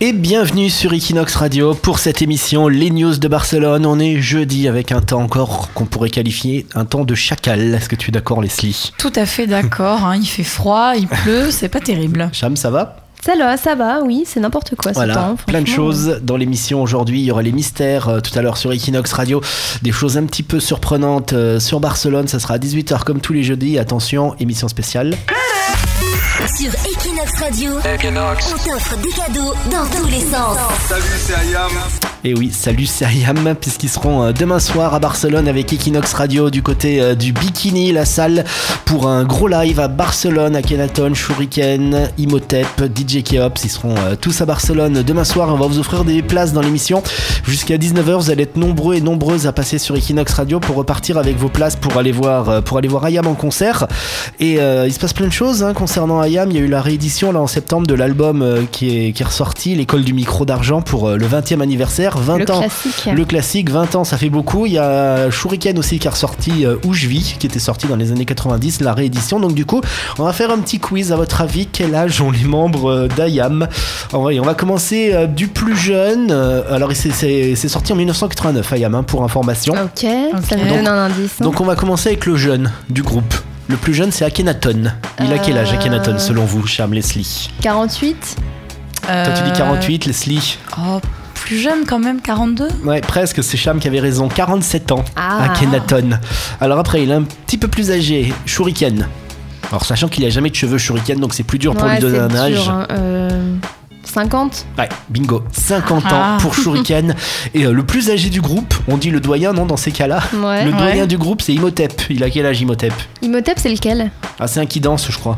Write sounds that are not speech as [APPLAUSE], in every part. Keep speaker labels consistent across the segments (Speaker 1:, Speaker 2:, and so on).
Speaker 1: et bienvenue sur Equinox Radio pour cette émission Les News de Barcelone. On est jeudi avec un temps encore qu'on pourrait qualifier un temps de chacal. Est-ce que tu es d'accord Leslie
Speaker 2: Tout à fait d'accord. hein. Il fait froid, il pleut, c'est pas terrible.
Speaker 1: Cham, ça va
Speaker 3: Ça va, ça va, oui, c'est n'importe quoi. ce
Speaker 1: Voilà,
Speaker 3: temps,
Speaker 1: plein de
Speaker 3: franchement.
Speaker 1: choses dans l'émission aujourd'hui. Il y aura les mystères euh, tout à l'heure sur Equinox Radio, des choses un petit peu surprenantes euh, sur Barcelone. Ça sera à 18h comme tous les jeudis. Attention, émission spéciale.
Speaker 4: Sur Equinox Radio, on t'offre des cadeaux dans tous les sens.
Speaker 5: Salut, c'est Ayam.
Speaker 1: Et oui, salut, c'est Ayam, puisqu'ils seront euh, demain soir à Barcelone avec Equinox Radio du côté euh, du Bikini, la salle, pour un gros live à Barcelone, à Kenaton, Shuriken, Imhotep, DJ Keops. Ils seront euh, tous à Barcelone demain soir. On va vous offrir des places dans l'émission. Jusqu'à 19h, vous allez être nombreux et nombreuses à passer sur Equinox Radio pour repartir avec vos places pour aller voir, euh, pour aller voir Ayam en concert. Et euh, il se passe plein de choses hein, concernant Ayam. Il y a eu la réédition là en septembre de l'album euh, qui, est, qui est ressorti, L'école du micro d'argent, pour euh, le 20e anniversaire. 20
Speaker 3: Le
Speaker 1: ans.
Speaker 3: classique.
Speaker 1: Le classique, 20 ans, ça fait beaucoup. Il y a Shuriken aussi qui est ressorti, euh, Où je vis, qui était sorti dans les années 90, la réédition. Donc du coup, on va faire un petit quiz à votre avis. Quel âge ont les membres euh, d'IAM On va- On va commencer euh, du plus jeune. Euh, Alors c'est- c'est c'est sorti en 1989, IAM, hein, pour information.
Speaker 3: Ok, ça
Speaker 2: Donc-
Speaker 3: me donne un indice. hein.
Speaker 1: Donc on va commencer avec le jeune du groupe. Le plus jeune, c'est Akhenaton. Il a quel âge,
Speaker 3: Euh,
Speaker 1: Akhenaton, selon vous, Cham Leslie
Speaker 3: 48
Speaker 1: Toi, tu dis
Speaker 2: Euh,
Speaker 1: 48, Leslie
Speaker 2: Oh, plus jeune quand même, 42
Speaker 1: Ouais, presque, c'est Cham qui avait raison. 47 ans.
Speaker 3: Ah.
Speaker 1: Akhenaton. Alors après, il est un petit peu plus âgé. Shuriken. Alors sachant qu'il a jamais de cheveux Shuriken, donc c'est plus dur pour
Speaker 3: Ouais,
Speaker 1: lui donner
Speaker 3: c'est
Speaker 1: un
Speaker 3: dur,
Speaker 1: âge.
Speaker 3: hein, euh, 50
Speaker 1: Ouais, bingo. 50
Speaker 2: Ah.
Speaker 1: ans pour
Speaker 3: [LAUGHS]
Speaker 1: Shuriken. Et euh, le plus âgé du groupe, on dit le doyen, non, dans ces cas-là
Speaker 3: Ouais.
Speaker 1: Le
Speaker 2: Ouais.
Speaker 1: doyen du groupe, c'est Imhotep. Il a quel âge, Imhotep
Speaker 3: Imhotep, c'est lequel
Speaker 1: Ah, c'est un qui danse, je
Speaker 3: [LAUGHS]
Speaker 1: crois.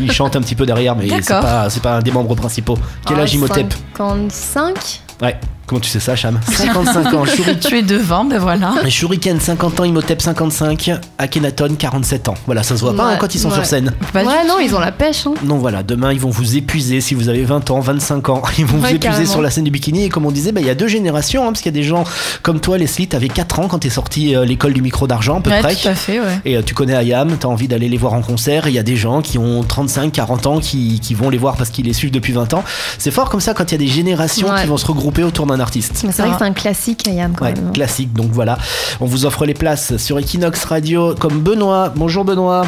Speaker 1: il chante un petit peu derrière, mais c'est
Speaker 2: D'accord.
Speaker 1: pas, c'est pas un des membres principaux. Quel
Speaker 3: Ah,
Speaker 1: âge Imhotep
Speaker 3: 55
Speaker 1: Ouais, comment tu sais ça, Cham 55 ans, Shuri-
Speaker 2: Tu es devant, ben voilà.
Speaker 1: Shuriken 50 ans, Imhotep 55, Akhenaton 47 ans. Voilà, ça se voit pas hein,
Speaker 3: Ouais,
Speaker 1: quand ils sont
Speaker 3: ouais.
Speaker 1: sur scène.
Speaker 2: Pas du
Speaker 3: Ouais, non,
Speaker 2: tout.
Speaker 3: ils ont la pêche. hein.
Speaker 1: Non, voilà, demain ils vont vous épuiser si vous avez 20 ans, 25 ans. [LAUGHS] Ils vont vous
Speaker 3: Ouais,
Speaker 1: épuiser
Speaker 3: carrément.
Speaker 1: sur la scène du bikini. Et comme on disait, bah, il y a deux générations, hein, parce qu'il y a des gens comme toi, Leslie, t'avais 4 ans quand t'es sorti euh, l'école du micro d'argent, à peu
Speaker 2: Ouais,
Speaker 1: près.
Speaker 2: tout à fait, ouais.
Speaker 1: Et euh, tu connais Ayam, t'as envie d'aller les voir en concert, et il y a des gens qui ont 35, 40 ans qui, qui vont les voir parce qu'ils les suivent depuis 20 ans. C'est fort comme ça quand il y a des générations
Speaker 3: Ouais.
Speaker 1: qui vont se regrouper autour d'un artiste.
Speaker 3: Mais c'est
Speaker 2: Ah.
Speaker 3: vrai que c'est un classique, Ayam, quand
Speaker 1: Ouais,
Speaker 3: même. hein.
Speaker 1: classique, donc voilà. On vous offre les places sur Equinox Radio comme Benoît. Bonjour Benoît.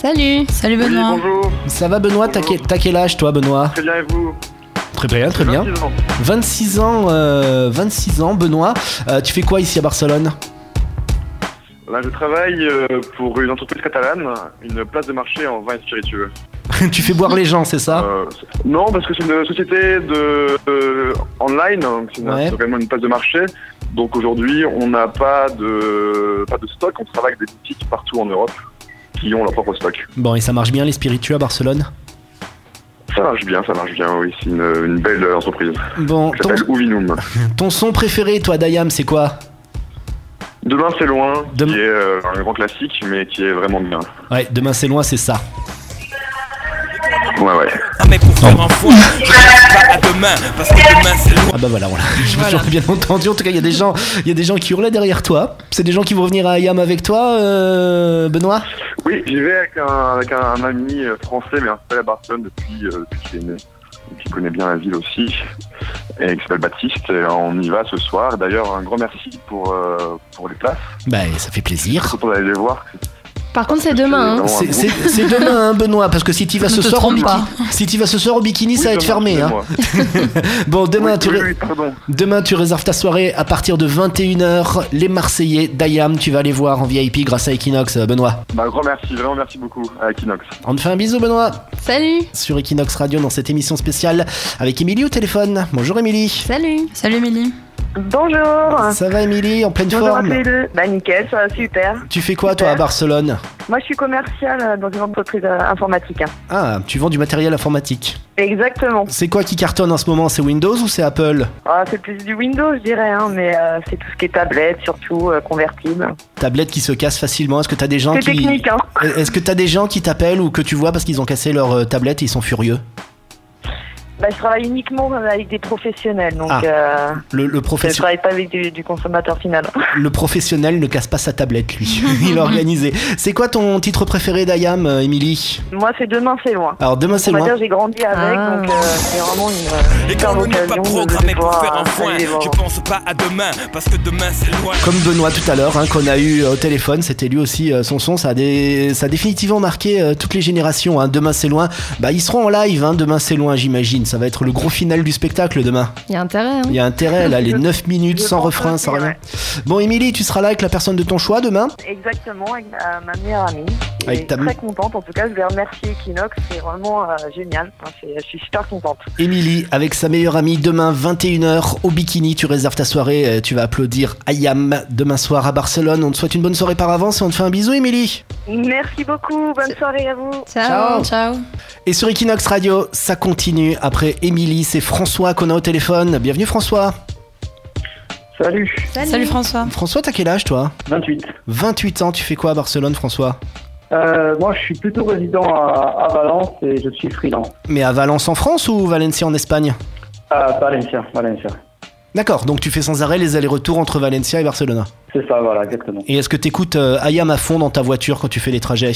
Speaker 3: Salut
Speaker 2: Salut
Speaker 5: Oui,
Speaker 2: Benoît.
Speaker 5: bonjour.
Speaker 1: Ça va Benoît T'as
Speaker 5: Bonjour.
Speaker 1: quel, t'as quel âge toi Benoît
Speaker 5: Très bien, et vous
Speaker 1: Très bien, très
Speaker 5: 26 ans.
Speaker 1: 26 ans, euh, 26 ans Benoît. Euh, tu fais quoi ici à Barcelone [LAUGHS]
Speaker 5: Là, je travaille euh, pour une entreprise catalane, une place de marché en vin et spiritueux.
Speaker 1: Tu fais boire les gens, c'est ça
Speaker 5: Euh, c'est- non, parce que c'est une société de, euh, online, hein, c'est une-
Speaker 1: Ouais.
Speaker 5: c'est vraiment une place de marché. Donc aujourd'hui, on n'a pas de, pas de stock, on travaille avec des boutiques partout en Europe qui ont leur propre stock.
Speaker 1: Bon, et ça marche bien les spiritueux à Barcelone
Speaker 5: Ça marche bien, ça marche bien, oui, c'est une, une belle entreprise.
Speaker 1: Bon,
Speaker 5: Ça
Speaker 1: ton,
Speaker 5: s'appelle Uvinum.
Speaker 1: ton son préféré toi d'Ayam, c'est quoi
Speaker 5: Demain c'est loin,
Speaker 1: Demain-
Speaker 5: qui est euh, un grand classique, mais qui est vraiment bien.
Speaker 1: Ouais, demain c'est loin, c'est ça.
Speaker 5: Ouais, ouais.
Speaker 6: Ah mais pour faire un fou, je rêve pas à demain, parce que demain c'est loin.
Speaker 1: Ah bah voilà, voilà. Je me
Speaker 2: Voilà.
Speaker 1: suis bien entendu. En tout cas, il y a des gens, il y a des gens qui hurlaient derrière toi. C'est des gens qui vont venir à Ayam avec toi, euh, Benoît.
Speaker 5: Oui, j'y vais avec un, avec un ami euh, français, mais installé à Barcelone depuis, euh, depuis qu'il est né, et qui connaît bien la ville aussi, et qui s'appelle Baptiste. Et on y va ce soir. D'ailleurs, un grand merci pour, euh, pour les places.
Speaker 1: Bah, ça fait
Speaker 5: Je suis
Speaker 1: plaisir.
Speaker 5: content d'aller les voir.
Speaker 3: Par contre, c'est demain. hein.
Speaker 5: Non, un
Speaker 1: C'est
Speaker 5: groupe.
Speaker 1: c'est- c'est demain, hein, Benoît, parce que si tu vas
Speaker 2: Ne
Speaker 1: ce
Speaker 2: te
Speaker 1: soir, au
Speaker 2: trompe
Speaker 1: bikini,
Speaker 2: pas.
Speaker 1: si tu vas ce soir au bikini, ça va
Speaker 5: Oui,
Speaker 1: être
Speaker 5: demain,
Speaker 1: fermé. Hein.
Speaker 5: excusez-moi.
Speaker 1: Bon, demain,
Speaker 5: Oui,
Speaker 1: tu,
Speaker 5: oui,
Speaker 1: ré-
Speaker 5: oui, pardon.
Speaker 1: demain, tu réserves ta soirée à partir de 21h. Les Marseillais d'Ayam, tu vas les voir en VIP grâce à Equinox, euh, Benoît.
Speaker 5: Bah, un grand merci, vraiment merci beaucoup à Equinox.
Speaker 1: On te fait un bisou, Benoît,
Speaker 3: Salut
Speaker 1: sur Equinox Radio dans cette émission spéciale avec Émilie au téléphone. Bonjour, Émilie.
Speaker 3: Salut
Speaker 2: Salut Émilie.
Speaker 7: Bonjour.
Speaker 1: Ça va, Émilie, en pleine
Speaker 7: Bonjour à tous
Speaker 1: forme
Speaker 7: les deux. Bah nickel, ça va super.
Speaker 1: Tu fais quoi, toi, à
Speaker 7: Super.
Speaker 1: Barcelone
Speaker 7: Moi je suis commerciale euh, dans une entreprise euh, informatique. hein.
Speaker 1: Ah, tu vends du matériel informatique.
Speaker 7: Exactement.
Speaker 1: C'est quoi qui cartonne en ce moment C'est Windows ou c'est Apple
Speaker 7: Ah, c'est plus du Windows je dirais, hein, mais euh, c'est tout ce qui est tablette, surtout euh, convertible.
Speaker 1: Tablette qui se casse facilement. Est-ce que t'as des gens
Speaker 7: C'est
Speaker 1: qui
Speaker 7: technique. Hein.
Speaker 1: Est-ce que t'as des gens qui t'appellent ou que tu vois parce qu'ils ont cassé leur euh, tablette et ils sont furieux
Speaker 7: Bah, je travaille uniquement avec des professionnels, donc
Speaker 1: Ah.
Speaker 7: euh,
Speaker 1: Le, le
Speaker 7: je ne
Speaker 1: profession-
Speaker 7: travaille pas avec du, du consommateur final. [LAUGHS]
Speaker 1: le professionnel ne casse pas sa tablette, lui. Il est organisé. C'est quoi ton titre préféré d'Ayam, euh, Émilie
Speaker 7: Moi, c'est demain, c'est loin.
Speaker 1: Alors, demain, c'est
Speaker 7: On va
Speaker 1: loin.
Speaker 7: dire j'ai grandi avec,
Speaker 3: Ah.
Speaker 7: donc euh, c'est vraiment une. euh,
Speaker 6: Et quand on n'est pas
Speaker 7: occasion de
Speaker 6: programmé pour
Speaker 7: pouvoir
Speaker 6: faire un foin,
Speaker 7: aller les voir.
Speaker 6: je pense pas à demain, parce que demain c'est loin.
Speaker 1: Comme Benoît tout à l'heure, hein, qu'on a eu euh, au téléphone, c'était lui aussi euh, son son. Ça a, dé- ça a définitivement marqué euh, toutes les générations. hein. Demain, c'est loin. Bah, ils seront en live. hein, Demain, c'est loin, j'imagine. Ça va être le gros final du spectacle demain.
Speaker 3: Il y a intérêt. Hein.
Speaker 1: Il y a intérêt, là, les
Speaker 7: Je-
Speaker 1: 9 minutes
Speaker 7: je
Speaker 1: sans
Speaker 7: pense
Speaker 1: refrain,
Speaker 7: aussi,
Speaker 1: sans rien.
Speaker 7: ouais.
Speaker 1: Bon, Émilie, tu seras là avec la personne de ton choix demain
Speaker 7: Exactement, avec ma, ma meilleure amie.
Speaker 1: Avec
Speaker 7: Et
Speaker 1: ta
Speaker 7: très
Speaker 1: me-
Speaker 7: contente, en tout cas, je vais remercier Equinox, c'est vraiment euh, génial. Enfin, c'est- je suis super contente.
Speaker 1: Émilie, avec sa meilleure amie, demain 21h au bikini, tu réserves ta soirée, euh, tu vas applaudir Ayam demain soir à Barcelone. On te souhaite une bonne soirée par avance et on te fait un bisou, Émilie.
Speaker 7: Merci beaucoup, bonne soirée à vous.
Speaker 3: Ciao.
Speaker 2: Ciao.
Speaker 1: Et sur Equinox Radio, ça continue. Après Émilie, c'est François qu'on a au téléphone. Bienvenue François.
Speaker 8: Salut,
Speaker 2: Salut François.
Speaker 1: François, t'as quel âge toi
Speaker 8: 28.
Speaker 1: 28 ans, tu fais quoi à Barcelone, François
Speaker 8: Euh, moi, je suis plutôt résident à, à Valence et je suis freelance.
Speaker 1: Mais à Valence en France ou Valencia en Espagne
Speaker 8: À Valencia, Valencia.
Speaker 1: D'accord, donc tu fais sans arrêt les allers-retours entre Valencia et Barcelone.
Speaker 8: C'est ça, voilà, exactement.
Speaker 1: Et est-ce que t'écoutes euh, Ayam à fond dans ta voiture quand tu fais les trajets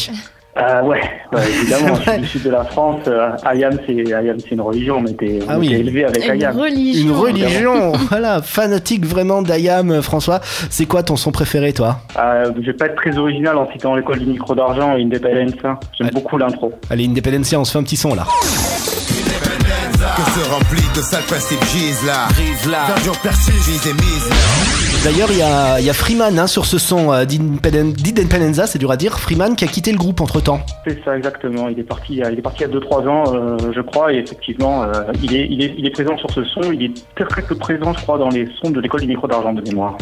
Speaker 8: Euh, ouais,
Speaker 1: [LAUGHS]
Speaker 8: ouais, évidemment, je
Speaker 1: vrai.
Speaker 8: suis du sud de la France. euh, Ayam, c'est Ayam, c'est une religion, mais t'es
Speaker 1: Ah
Speaker 8: on
Speaker 1: oui.
Speaker 8: était élevé avec
Speaker 3: Une
Speaker 8: Ayam.
Speaker 1: Une
Speaker 3: religion.
Speaker 1: religion, voilà, fanatique vraiment d'Ayam, euh, François. C'est quoi ton son préféré, toi
Speaker 8: Euh, je vais pas être très original en citant l'école du micro d'argent et Independence. hein. J'aime
Speaker 1: Ouais.
Speaker 8: beaucoup l'intro.
Speaker 1: Allez, Independencia, on se fait un petit son là.
Speaker 9: Que se remplit de sales principes gisent là Quand j'en persiste, mise et mise
Speaker 1: D'ailleurs, il y a, il y a Freeman hein, sur ce son euh, d'Independen- d'Independenza, c'est dur à dire. Freeman qui a quitté le groupe entre temps.
Speaker 8: C'est ça, exactement. Il est parti, à- il est parti à 2-3 ans, euh, je crois, et effectivement, euh, il, est, il, est, il est présent sur ce son. Il est très très peu présent, je crois, dans les sons de l'école du micro d'argent de mémoire.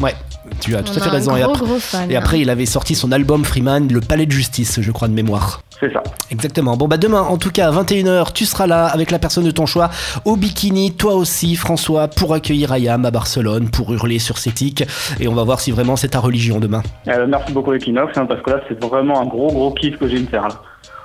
Speaker 1: Tu as
Speaker 3: On
Speaker 1: tout à
Speaker 3: a
Speaker 1: fait
Speaker 3: un
Speaker 1: raison. Et
Speaker 3: Gros,
Speaker 1: après,
Speaker 3: gros fan. hein.
Speaker 1: et après, il avait sorti son album Freeman, Le Palais de Justice, je crois, de mémoire.
Speaker 8: C'est ça.
Speaker 1: Exactement. Bon bah demain en tout cas à 21h tu seras là avec la personne de ton choix au bikini, toi aussi François pour accueillir Ayam à Barcelone pour hurler sur ses tics et on va voir si vraiment c'est ta religion demain.
Speaker 8: Euh, merci beaucoup Equinox, hein, parce que là c'est vraiment un gros gros kiff que j'ai de faire. Là.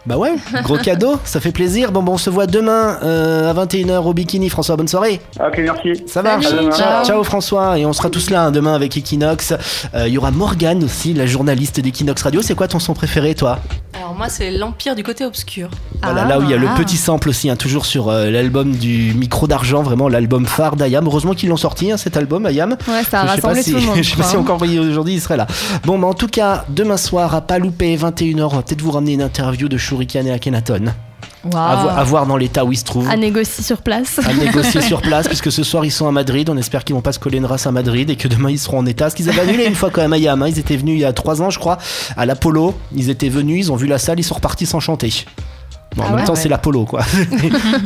Speaker 1: Bah ouais, gros
Speaker 3: [LAUGHS]
Speaker 1: cadeau, ça fait plaisir. Bon bon on se voit demain euh, à 21h au bikini François, bonne soirée.
Speaker 8: Ok, merci.
Speaker 1: Ça marche.
Speaker 8: Salut,
Speaker 1: À demain.
Speaker 8: ciao.
Speaker 1: ciao François et on sera tous là hein, demain avec Equinox. Euh, Il y aura Morgane aussi, la journaliste d'Equinox Radio. C'est quoi ton son préféré toi
Speaker 10: Alors moi c'est l'Empire du côté obscur.
Speaker 1: Voilà,
Speaker 3: Ah.
Speaker 1: là où il y a le
Speaker 2: Ah.
Speaker 1: petit sample aussi, hein, toujours sur euh, l'album du micro d'argent, vraiment l'album phare d'Ayam. Heureusement qu'ils l'ont sorti, hein, cet album, Ayam.
Speaker 3: Ouais, ça a
Speaker 1: je sais pas
Speaker 3: rassemblé
Speaker 1: si,
Speaker 3: Ah, tout le
Speaker 1: [LAUGHS]
Speaker 3: monde.
Speaker 1: je sais pas
Speaker 3: crois,
Speaker 1: si
Speaker 3: hein.
Speaker 1: encore aujourd'hui il serait là. Bon, mais en tout cas, demain soir à pas louper, 21h, on va peut-être vous ramener une interview de Shuriken et Akhenaton. À, vo- à voir dans l'état où ils se trouvent.
Speaker 3: Ah. À négocier sur place. [LAUGHS]
Speaker 1: À négocier sur place, puisque ce soir ils sont à Madrid. On espère qu'ils vont pas se coller une race à Madrid et que demain ils seront en état. Ce qu'ils avaient annulé une fois quand même à Yam. hein. Ils étaient venus il y a trois ans, je crois, à l'Apollo. Ils étaient venus, ils ont vu la salle, ils sont repartis sans chanter. Bon, en
Speaker 3: Ah
Speaker 1: même
Speaker 3: ouais,
Speaker 1: temps,
Speaker 3: ouais.
Speaker 1: c'est l'Apollo,
Speaker 3: [LAUGHS]
Speaker 1: quoi.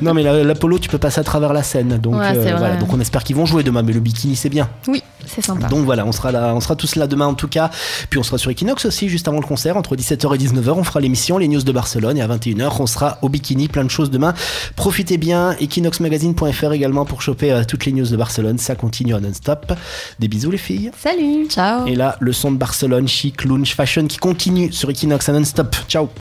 Speaker 1: non, mais la- l'Apollo, tu peux passer à travers la scène. Donc, euh,
Speaker 3: Ouais, c'est vrai.
Speaker 1: voilà. donc on espère qu'ils vont jouer demain. Mais le bikini, c'est bien.
Speaker 3: Oui, c'est sympa.
Speaker 1: Donc voilà, on sera là, on sera tous là demain en tout cas. Puis on sera sur Equinox aussi juste avant le concert entre 17h et 19h, on fera l'émission les news de Barcelone et à 21h, on sera au bikini, plein de choses demain. Profitez bien equinoxmagazine.fr également pour choper euh, toutes les news de Barcelone, ça continue en non-stop. Des bisous les filles.
Speaker 3: Salut.
Speaker 2: Ciao.
Speaker 1: Et là, le son de Barcelone, chic, lounge, fashion qui continue sur Equinox en non-stop. Ciao.